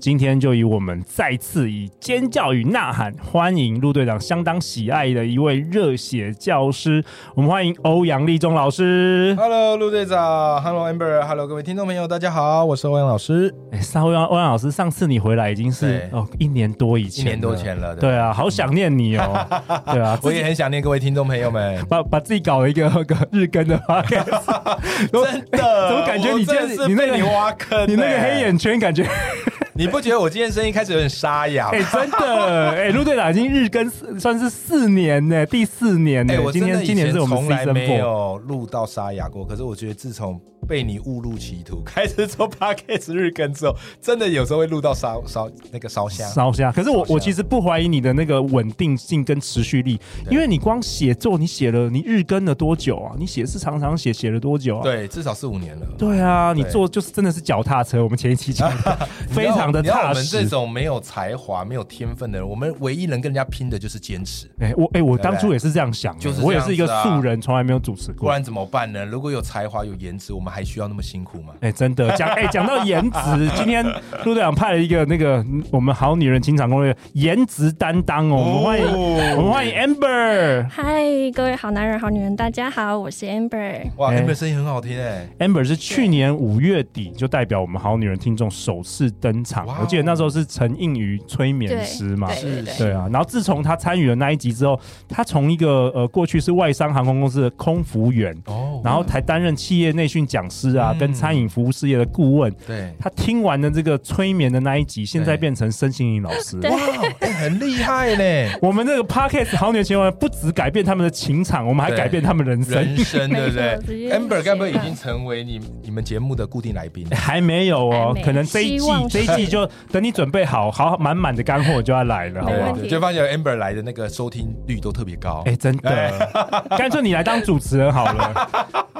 今天就以我们再次以尖叫与呐喊欢迎陆队长相当喜爱的一位热血教师，我们欢迎欧阳立中老师。 Hello，陆队长，Hello Amber，Hello 各位听众朋友，大家好，我是欧阳老师。哎，上欧阳欧阳老师，上次你回来已经是对哦一年多以一前，年多前。了，对啊，好想念你哦。 对啊，。我也很想念各位听众朋友们把把自己搞了一个个日更的 podcast， 哎真的，怎么感觉你今这天是你那个被你挖坑欸，你那个黑眼圈感觉， 你不觉得我今天声音开始有点沙 哑吗哎、？真的， 哎、陆队长已经日更四算是四年呢，第四年呢、哎，我今真的天以今年前是我们从来 season 没 four，有录到沙哑过，可是我觉得自从被你误入歧途，开始做 podcast 日更之后，真的有时候会录到烧烧那个烧香。烧香。可是我烧香我其实不怀疑你的那个稳定性跟持续力，因为你光写作，你写了你日更了多久啊？你写是常常写，写了多久啊？。对，至少四五年了。对啊，你对做就是真的是脚踏车。我们前一期讲的 你知非道常的你知道踏我们这实。种没有才华、没有天分的人，我们唯一能跟人家拼的就是坚持。哎、我哎、我对当初也是这样想的，哎就是我也这样是一个子啊素人，从来没有主持不过。然怎么办呢？如果有才华、有颜值，我们还需要那么辛苦吗？哎、真的讲哎，讲、到颜值，今天陆队长派了一个那个我们好女人情场攻略颜值担当哦，我们欢迎、我们欢迎 Amber。嗨，各位好男人、好女人，大家好，我是 Amber。哇，哎你们声音很好听哎、 Amber 是去年五月底就代表我们好女人听众首次登场，哇哦我记得那时候是陈映瑜催眠师嘛。对对对对啊，然后自从她参与了那一集之后，她从一个呃过去是外商航空公司的空服员，哦然后还担任企业内训讲师啊，嗯跟餐饮服务事业的顾问。对，她听完了这个催眠的那一集，现在对变成身心灵老师。，对哇，哎很厉害呢 我们这个 podcast 好女人情怀不只改变他们的情场，我们还对改变他们人生人。生对不没错直对接？Amber 该不会已写吧经成为你你们节目的固定来宾？还没有哦还，没可能这一季希望是这一季就等你准备好，好满满的干货就要来了，好 没不问好题？就发现 Amber 来的那个收听率都特别高。哎，真 的，干脆你来当主持人好了。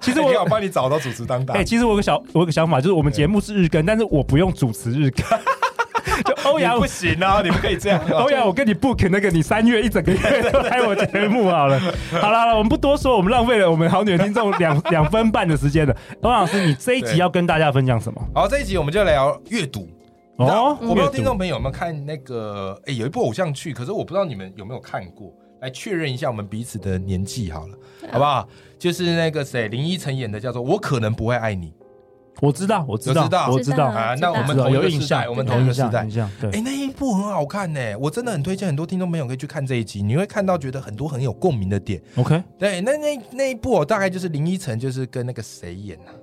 其实哎我 你好，我帮你找到主持当当哎，。其实我有个小我有个想法，就是我们节目是日更，但是我不用主持日更。 就欧阳你不行啊，你不可以这样啊。 欧阳，我跟你 book 那个，你三月一整个月都来我节目好 了。好了，好了，我们不多说，我们浪费了我们好女人听众两两分半的时间了。欧阳老师，你这一集对要跟大家分享什么？好，这一集我们就聊阅读。哦哦，我不知阅道读听众朋友有没有看那个，哎，有一部偶像剧，可是我不知道你们有没有看过，来确认一下我们彼此的年纪好了，嗯好不好？就是那个谁，林依晨演的叫做《我可能不会爱你我知道，我知道有知，道我知知道道，啊我嗯知那道我我们知道同一有个印时代，象，我们同一个时有代印。象，有印象对。哎，那一部很好看呢、我真的很推荐很多听众朋友可以去看这一集，你会看到觉得很多很有共鸣的点。 OK，对，那那那一部哦，大概就是林依晨就是跟那个谁演啊，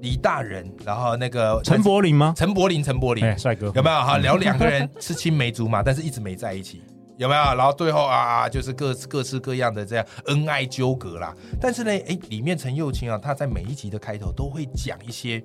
李大人，然后那个陈柏霖吗？陈柏霖，陈柏霖，哎，帅哥，有嗯没有？哈，聊两个人是青梅竹马，但 是一直没在一起，有没有？然后最后啊，就是各各式各样的这样恩爱纠葛啦。但是呢，哎，里面陈幼卿啊，她在每一集的开头都会讲一些嘖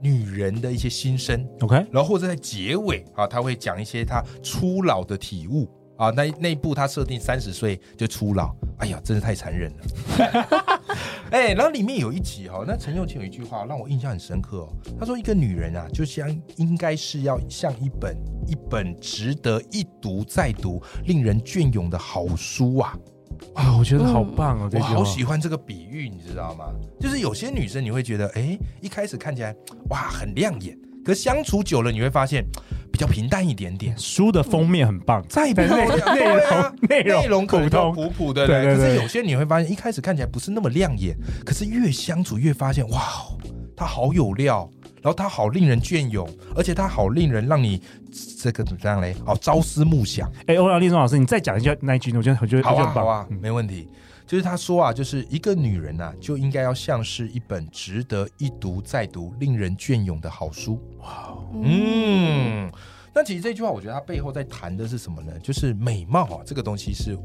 女人的一些心声， OK，然后或者在结尾啊，她会讲一些她初老的体悟。啊，那那一部她设定三十岁就初老，哎呀，真是太残忍了。 哎、然后里面有一集哦，那陈幼卿有一句话让我印象很深刻哦。他说：“一个女人啊，就像应该是要像一本一本值得一读再读、令人隽永的好书啊。啊，我觉得好棒哦，这我句好话。喜欢这个比喻，你知道吗？就是有些女生你会觉得，哎、一开始看起来哇很亮眼，可相处久了你会发现比较平淡一点点。书的封面很棒，再内漂亮内对啊容内容内容可能普都通普普的，对对对可对是有些你会发现，一开始看起来不是那么亮眼，可是越相处越发现，哇，他好有料，然后他好令人隽永，而且他好令人让你这个怎么样嘞？哦，朝思暮想。哎，欧阳立中老师，你再讲一下那一句，我觉得我觉得好我觉啊，得很棒嗯好啊，没问题。就是他说啊，就是一个女人啊，就应该要像是一本值得一读再读、令人隽永的好书。嗯，那其实这句话，我觉得它背后在谈的是什么呢？就是美貌啊，这个东西是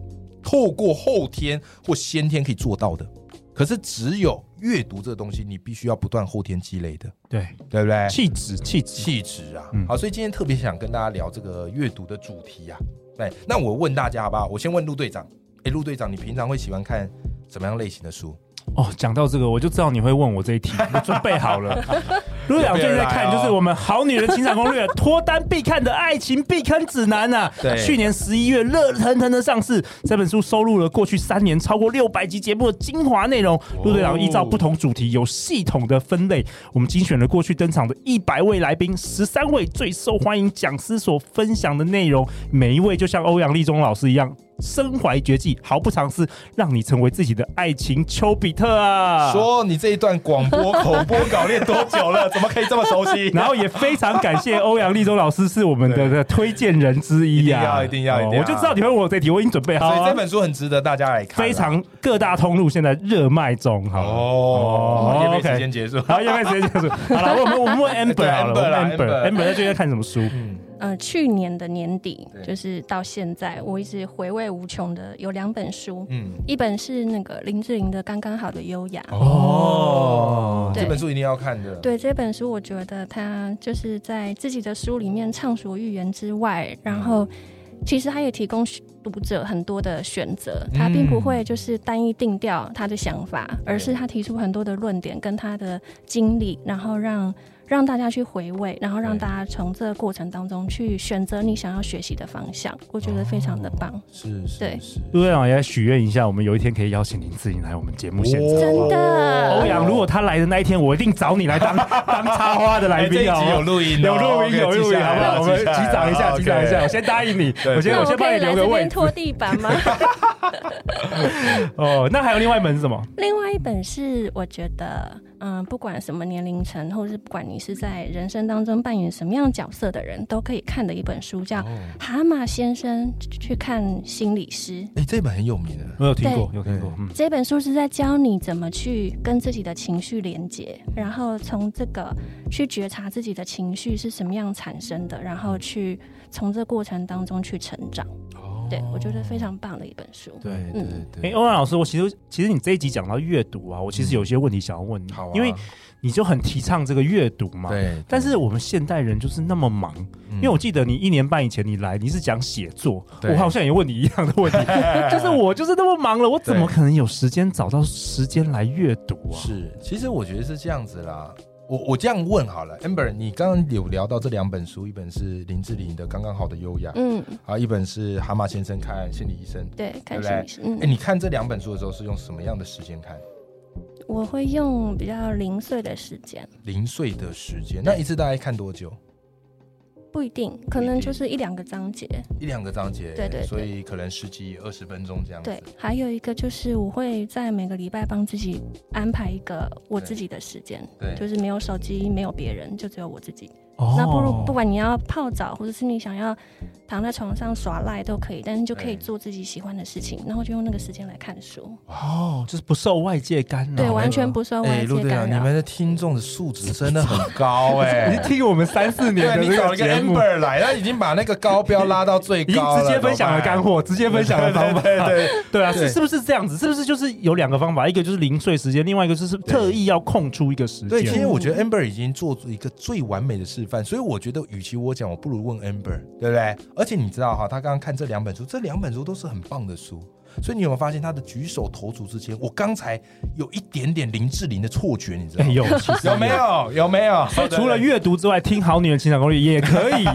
透过后天或先天可以做到的，可是只有阅读这个东西，你必须要不断后天积累的，对，对不对？气质气质，气质啊，嗯好，所以今天特别想跟大家聊这个阅读的主题啊。对，那我问大家好不好？我先问陆队长，哎，陆队长，你平常会喜欢看什么样类型的书？哦，讲到这个，我就知道你会问我这一题， 我准备好 了。陆两最近在看，哦就是我们《好女人情场攻略》脱单必看的爱情避坑指南啊。对去年十一月热腾腾的上市，这本书收录了过去三年超过六百集节目的精华内容。哦陆队长依照不同主题有系统的分类，我们精选了过去登场的一百位来宾，十三位最受欢迎讲师所分享的内容，每一位就像欧阳立中老师一样。身怀绝技，毫不藏私，让你成为自己的爱情丘比特啊！说你这一段广播口播稿练多久了？怎么可以这么熟悉？ 然后也非常感谢欧阳立中老师是我们的的推荐人之一啊，一定要一定要哦一定要我就知道你会问我这题，我已经准备好所以了这。本书很值得大家来看啊，非常各大通路现在热卖中，好哦，也没时间结束。好，要不时间结束。好了，我们我们问 Amber 好了 Amber 啦我们 Amber Amber，Amber 在最近在看什么书？嗯呃，去年的年底对，就是到现在，我一直回味无穷的有两本书，嗯，一本是那个林志玲的《刚刚好的优雅》。哦对这本书一定要看的。对这本书，我觉得他就是在自己的书里面畅所欲言之外，然嗯后其实他也提供读者很多的选择，嗯他并不会就是单一定调他的想法，而是他提出很多的论点跟他的经历，然后让让大家去回味，然后让对大家从这个过程当中去选择你想要学习的方向，我觉得非常的棒。哦是，是对是。陆队长也来许愿一下，我们有一天可以邀请林志颖来我们节目现场。真的欧阳，如果他来的那一天，我一定找你来当当插花的来哎这宾一集哦。有录音有哦，录音，有录音，好不好？我们击掌一下，击掌一下。我先答应你，对我先那我先可帮你以来留这个位边置。拖地板吗？哦，那还有另外一本是什么？另外一本是我觉得，嗯，不管什么年龄层，或是不管你是在人生当中扮演什么样角色的人，都可以看的一本书，哦叫《蛤蟆先生去看心理师》。哎，这本很有名的。没有听过，对有听过。嗯，这本书是在教你怎么去跟自己的情绪连接，然后从这个去觉察自己的情绪是什么样产生的，然后去从这过程当中去成长。对我觉得非常棒的一本书。对对嗯对哎，欧阳老师，我其实其实你这一集讲到阅读啊，我其实有些问题想要问你，好啊因为你就很提倡这个阅读嘛。。对，嗯但是我们现代人就是那么忙，因为我记得你一年半以前你来，你是讲写作，对我好像也问你一样的问 题，就是我就是那么忙了，我怎么可能有时间找到时间来阅读啊？是，其实我觉得是这样子啦。我我这样问好了，amber，你刚刚有聊到这两本书，一本是林志玲的《刚刚好的优雅》，嗯，啊，一本是蛤蟆先生看心理医生。对，看心对不理师。嗯哎、，你看这两本书的时候是用什么样的时间看？我会用比较零碎的时间。零碎的时间，那一次大概看多久？不一定，可能就是一两个章节。一两个章节，对对对所以可能十几二十分钟这样子。对，还有一个就是我会在每个礼拜帮自己安排一个我自己的时间，对就是没有手机，没有别人，就只有我自己。哦那不如不管你要泡澡，或者是你想要躺在床上耍赖都可以，但是就可以对做自己喜欢的事情，然后就用那个时间来看书。哦，就是不受外界干扰，啊对，完全不受哎、外陆界队长，干你扰。们的听众的素质真的很高哎、 你是听我们三四年的对，你这找个了一个节目， amber 来，他已经把那个高标拉到最已经高了，直接分享了干货，直接分享了方法。对对对对啊，对是是不是这样子？是不是就是有两个方法，一个就是零碎时间，另外一个就是特意要空出一个时对，其实间。我觉得 Amber 已经做出一个最完美的示范，所以我觉得，与其我讲，我不如问 Amber，对不对？而且你知道哈，他刚刚看这两本书，这两本书都是很棒的书，所以你有没有发现他的举手投足之间，我刚才有一点点林志玲的错觉，你知道哎 吗？ 呦，其实有没？有？有没有？所以除了阅读之外，听《好女人情场攻略》也可 以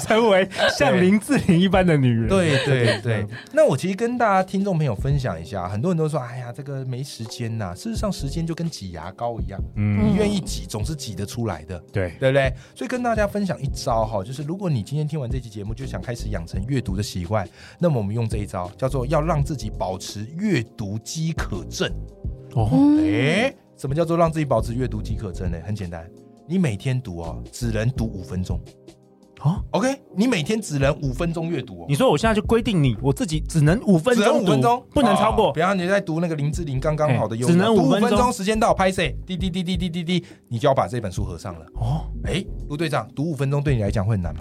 成为像林志玲一般的女人。，对对对，那我其实跟大家听众朋友分享一下，很多人都说，哎呀，这个没时间呐、事实上，时间就跟挤牙膏一样，嗯，你愿意挤，总是挤得出来的。对，对不对？所以跟大家分享一招哈，就是如果你今天听完这期节目就想开始养成阅读的习惯，那么我们用这一招叫做要让自己保持阅读饥渴症。哦，嗯，诶，什么叫做让自己保持阅读饥渴症呢？很简单，你每天读哦，只能读五分钟。啊，OK，你每天只能五分钟阅读哦。你说我现在就规定你，我自己只能五分只能钟五读，分钟，不能超哦过不。要你在读那个林志玲刚刚好的哎优雅，只能读五分钟分钟，时间到，拍谁？滴滴滴滴滴滴滴，你就要把这本书合上了。哦，哎，陆队长，读五分钟对你来讲会很难吗？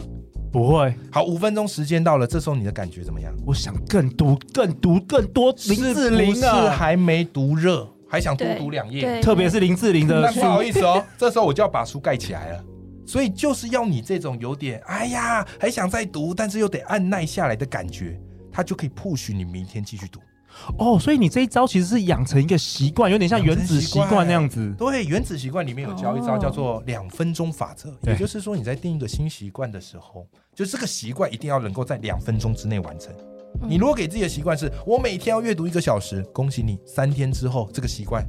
不会，好，五分钟时间到了，这时候你的感觉怎么样？我想更读、更读、更多林志玲是不是啊。还没读热？还想多对读两页。对，特别是林志玲的那书不，好意思哦， 这时候我就要把书盖起来了。所以就是要你这种有点哎呀，还想再读，但是又得按耐下来的感觉，它就可以 push 你明天继续读。哦，所以你这一招其实是养成一个习惯，有点像养成原子习惯那样子。对，《原子习惯》里面有教一招哦叫做两分钟法则，对也就是说你在定一个新习惯的时候，就这个习惯一定要能够在两分钟之内完成。嗯你如果给自己的习惯是我每天要阅读一个小时，恭喜你，三天之后这个习惯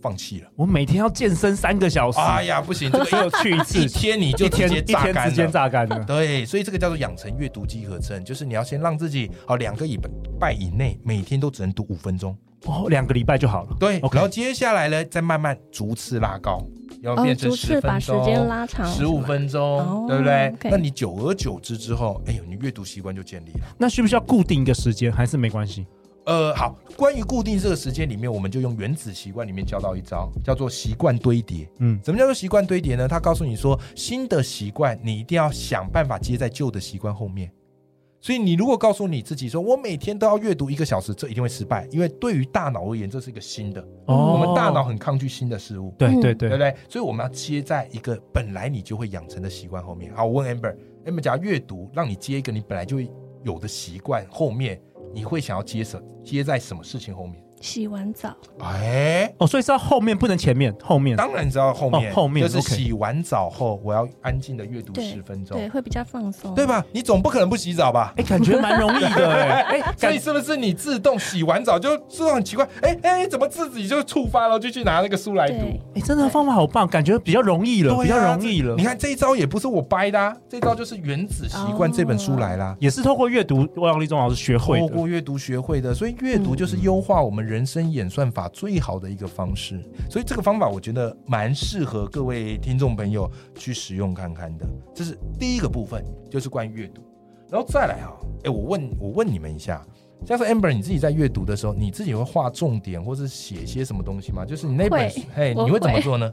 放弃了。我每天要健身三个小时，哎呀，不行，这只个有去一 一次，天你就一直天接一榨天干之间了。榨干了。对，所以这个叫做养成阅读饥渴症，就是你要先让自己哦两个礼拜以内每天都只能读五分钟，哦，两个礼拜就好了。对 OK 然后接下来呢再慢慢逐次拉高，要哦，变成逐十次把分时钟、间拉长，十五分钟哦，对不对？ OK 那你久而久之之后，哎呦，你阅读习惯就建立了。那需不需要固定一个时间，还是没关系？呃，好，关于固定这个时间里面，我们就用《原子习惯》里面教到一招，叫做习惯堆叠。嗯，什么叫做习惯堆叠呢？它告诉你说，新的习惯你一定要想办法接在旧的习惯后面。所以你如果告诉你自己说，我每天都要阅读一个小时，这一定会失败，因为对于大脑而言，这是一个新的，哦嗯我们大脑很嗯抗拒新的事物。对对对不对，对？所以我们要接在一个本来你就会养成的习惯后面。好，我问 Amber，Amber 讲阅读让你接一个你本来就会有的习惯后面，你会想要接什接在什么事情后面？洗完澡，哎，哦，所以是要后面，不能前面，后面。当然知道后面，哦后面就是 OK 洗完澡后，我要安静的阅读对十分钟，对，会比较放松，对？吧？你总不可能不洗澡吧？哎，感觉蛮容易 的哎，哎，所感以是不是你自动洗完澡就自动很奇怪？哎哎，怎么自己就触发了，就去拿那个书来读？对，哎，真的方法好棒，感觉比较容易了，对啊比较容易了你。看这一招也不是我掰的、啊，这一招就是《原子习哦惯》这本书来啦。也是透过阅读欧阳立中老师学会透的。过阅读学会的，所以阅嗯读就是优化我们人生演算法最好的一个方式。所以这个方法我觉得蛮适合各位听众朋友去使用看看的。这是第一个部分，就是关于阅读。然后再来啊，哎，我问我问你们一下，像是 Amber 你自己在阅读的时候，你自己会画重点或是写些什么东西吗？就是你那本会，嘿，我你会怎么会做 呢？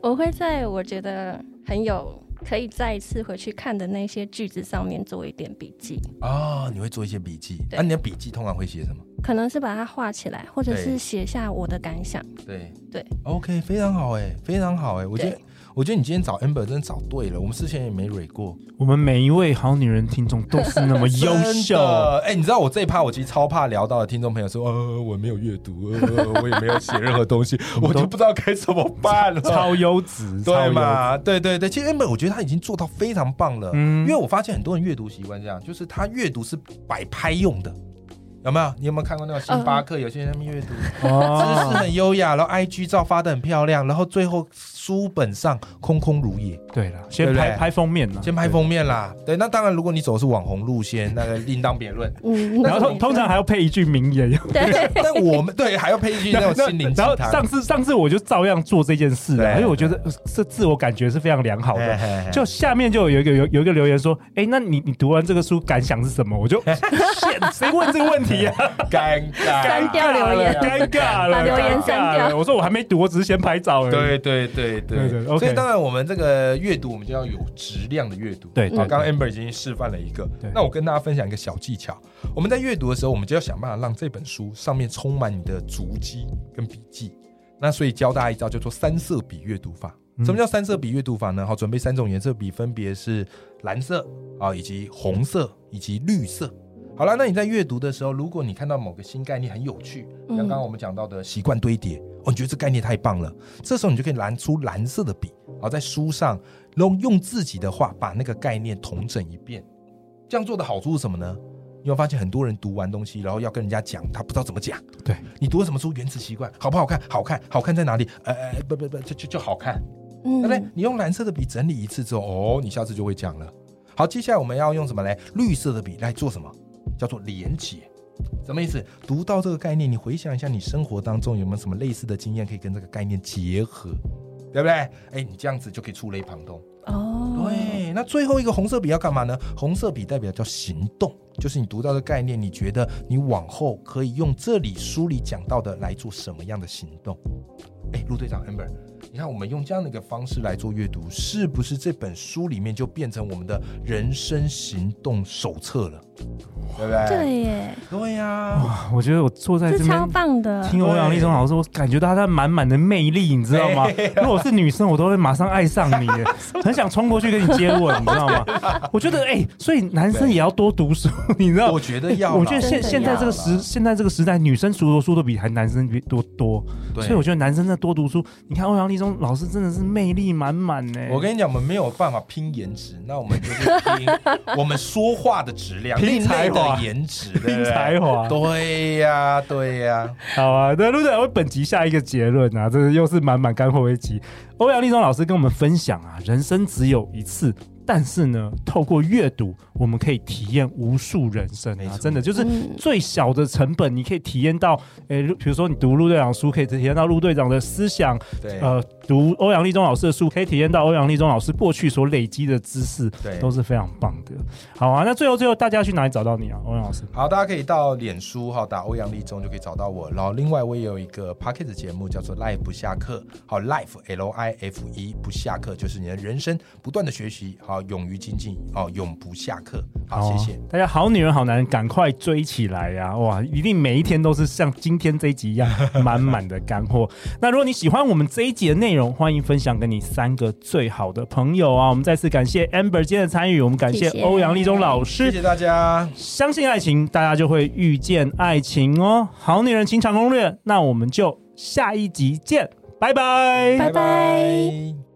我会在我觉得很有可以再一次回去看的那些句子上面做一点笔记，啊、你会做一些笔记。那、对你的笔记通常会写什么？可能是把它画起来，或者对是写下我的感想。对对，OK，非常好哎，非常好哎，我觉得对。。我觉得你今天找 Amber 真的找对了，我们事先也没蕊过，我们每一位好女人听众都是那么优真秀。的。哎、你知道我这一趴，我其实超怕聊到的听众朋友说，呃，我没有阅读，呃， 我也没有写任何东西，我就不知道该怎么办了。超优质，超 对优质？嘛？对对对，其实 Amber 我觉得他已经做到非常棒了，嗯因为我发现很多人阅读习惯这样，就是他阅读是摆拍用的，有没有？你有没有看过那种星巴克、有些人他们阅读？姿势哦，很优雅，然后 IG 照发的很漂亮，然后最后书本上空空如也，对了，先对不拍对拍封面了，先拍封面啦。对，那当然，如果你走的是网红路线，那个另当别论 嗯，对。然后那通通常还要配一句名言， 对但我们对还要配一句那种心灵鸡然后汤上，次上次我就照样做这件事对啊，因为我觉得呃这自我感觉是非常良好的。的就下面就有一个有有一个留言说，哎，那你你读完这个书感想是什么？我就 shit，谁问这个问题啊？尴尴尬删。掉尬了留言尴尬了，把留言尴尬删掉了我说我还没读，我只是先拍照而已。对对对对对对，OK 所以当然我们这个阅读，我们就要有质量的阅读。对好，对，刚刚对 Amber 已经示范了一个对，那我跟大家分享一个小技巧。我们在阅读的时候，我们就要想办法让这本书上面充满你的足迹跟笔记。那所以教大家一招叫做三色笔阅读法。嗯什么叫三色笔阅读法呢？好，准备三种颜色笔，分别是蓝色啊，以及红色以及绿色。好了，那你在阅读的时候，如果你看到某个新概念很有趣，嗯像刚刚我们讲到的习惯堆叠，哦，你觉得这概念太棒了，这时候你就可以拿出蓝色的笔，然后在书上，然后用自己的话把那个概念统整一遍。这样做的好处是什么呢？你会发现很多人读完东西，然后要跟人家讲，他不知道怎么讲。对你读了什么书，《原子习惯》好不好看？好看，好看在哪里？呃，呃不不不，就就就好看。对不对嗯，？你用蓝色的笔整理一次之后，哦，你下次就会讲了。好，接下来我们要用什么嘞？绿色的笔来做什么？叫做连结。什么意思？读到这个概念，你回想一下，你生活当中有没有什么类似的经验可以跟这个概念结合，对不对？哎，你这样子就可以触类旁通。哦，对，那最后一个红色笔要干嘛呢？红色笔代表叫行动，就是你读到的概念，你觉得你往后可以用这里书里讲到的来做什么样的行动？哎，陆队长 Amber，你看我们用这样的一个方式来做阅读，是不是这本书里面就变成我们的人生行动手册了？对不对？对耶，对呀、哇，我觉得我坐在这这超边棒的。听欧阳立中老师，我感觉到他满满的魅力，你知道吗？如果我是女生，我都会马上爱上你耶，很想冲过去跟你接吻，你知道吗？我觉得，哎、所以男生也要多读书，你知道我？觉得要啦，我觉得现现真的在这个时现在这个时代，女生读的书都比还男生比多多，对，所以我觉得男生在多读书。你看欧阳立中老师真的是魅力满满呢。我跟你讲，我们没有办法拼颜值，那我们就是 拼我们说话的质量，拼才华内内的 颜值，对不拼对才华对呀、对呀、 好啊，那陆队，我本集下一个结论啊，这是又是满满干货一集。欧阳立中老师跟我们分享啊，人生只有一次，但是呢，透过阅读，我们可以体验无数人生没啊错，真的就是。嗯，最小的成本，你可以体验到，诶、比如说你读陆队长书，可以体验到陆队长的思想；对、呃，读欧阳立中老师的书，可以体验到欧阳立中老师过去所累积的知识，对，都是非常棒的。好啊，那最后最后，大家去哪里找到你啊，欧阳老师？好，大家可以到脸书哈，打欧阳立中就可以找到我。然后另外我也有一个 p o c k e t 节目叫做 Life 不下课，好 Life L I F E 不下课，就是你的人生不断的学习，好勇于精进，好永不下课。好，哦谢谢。大家，好女人好男人，赶快追起来呀、哇，一定每一天都是像今天这一集一 样满满的干货。那如果你喜欢我们这一集的内容，欢迎分享给你三个最好的朋友啊！我们再次感谢 Amber 今天的参与，我们感谢谢谢欧阳立中老谢师。谢大家，相信爱情，大家就会遇见爱情哦。好女人情场攻略，那我们就下一集见，拜拜拜拜拜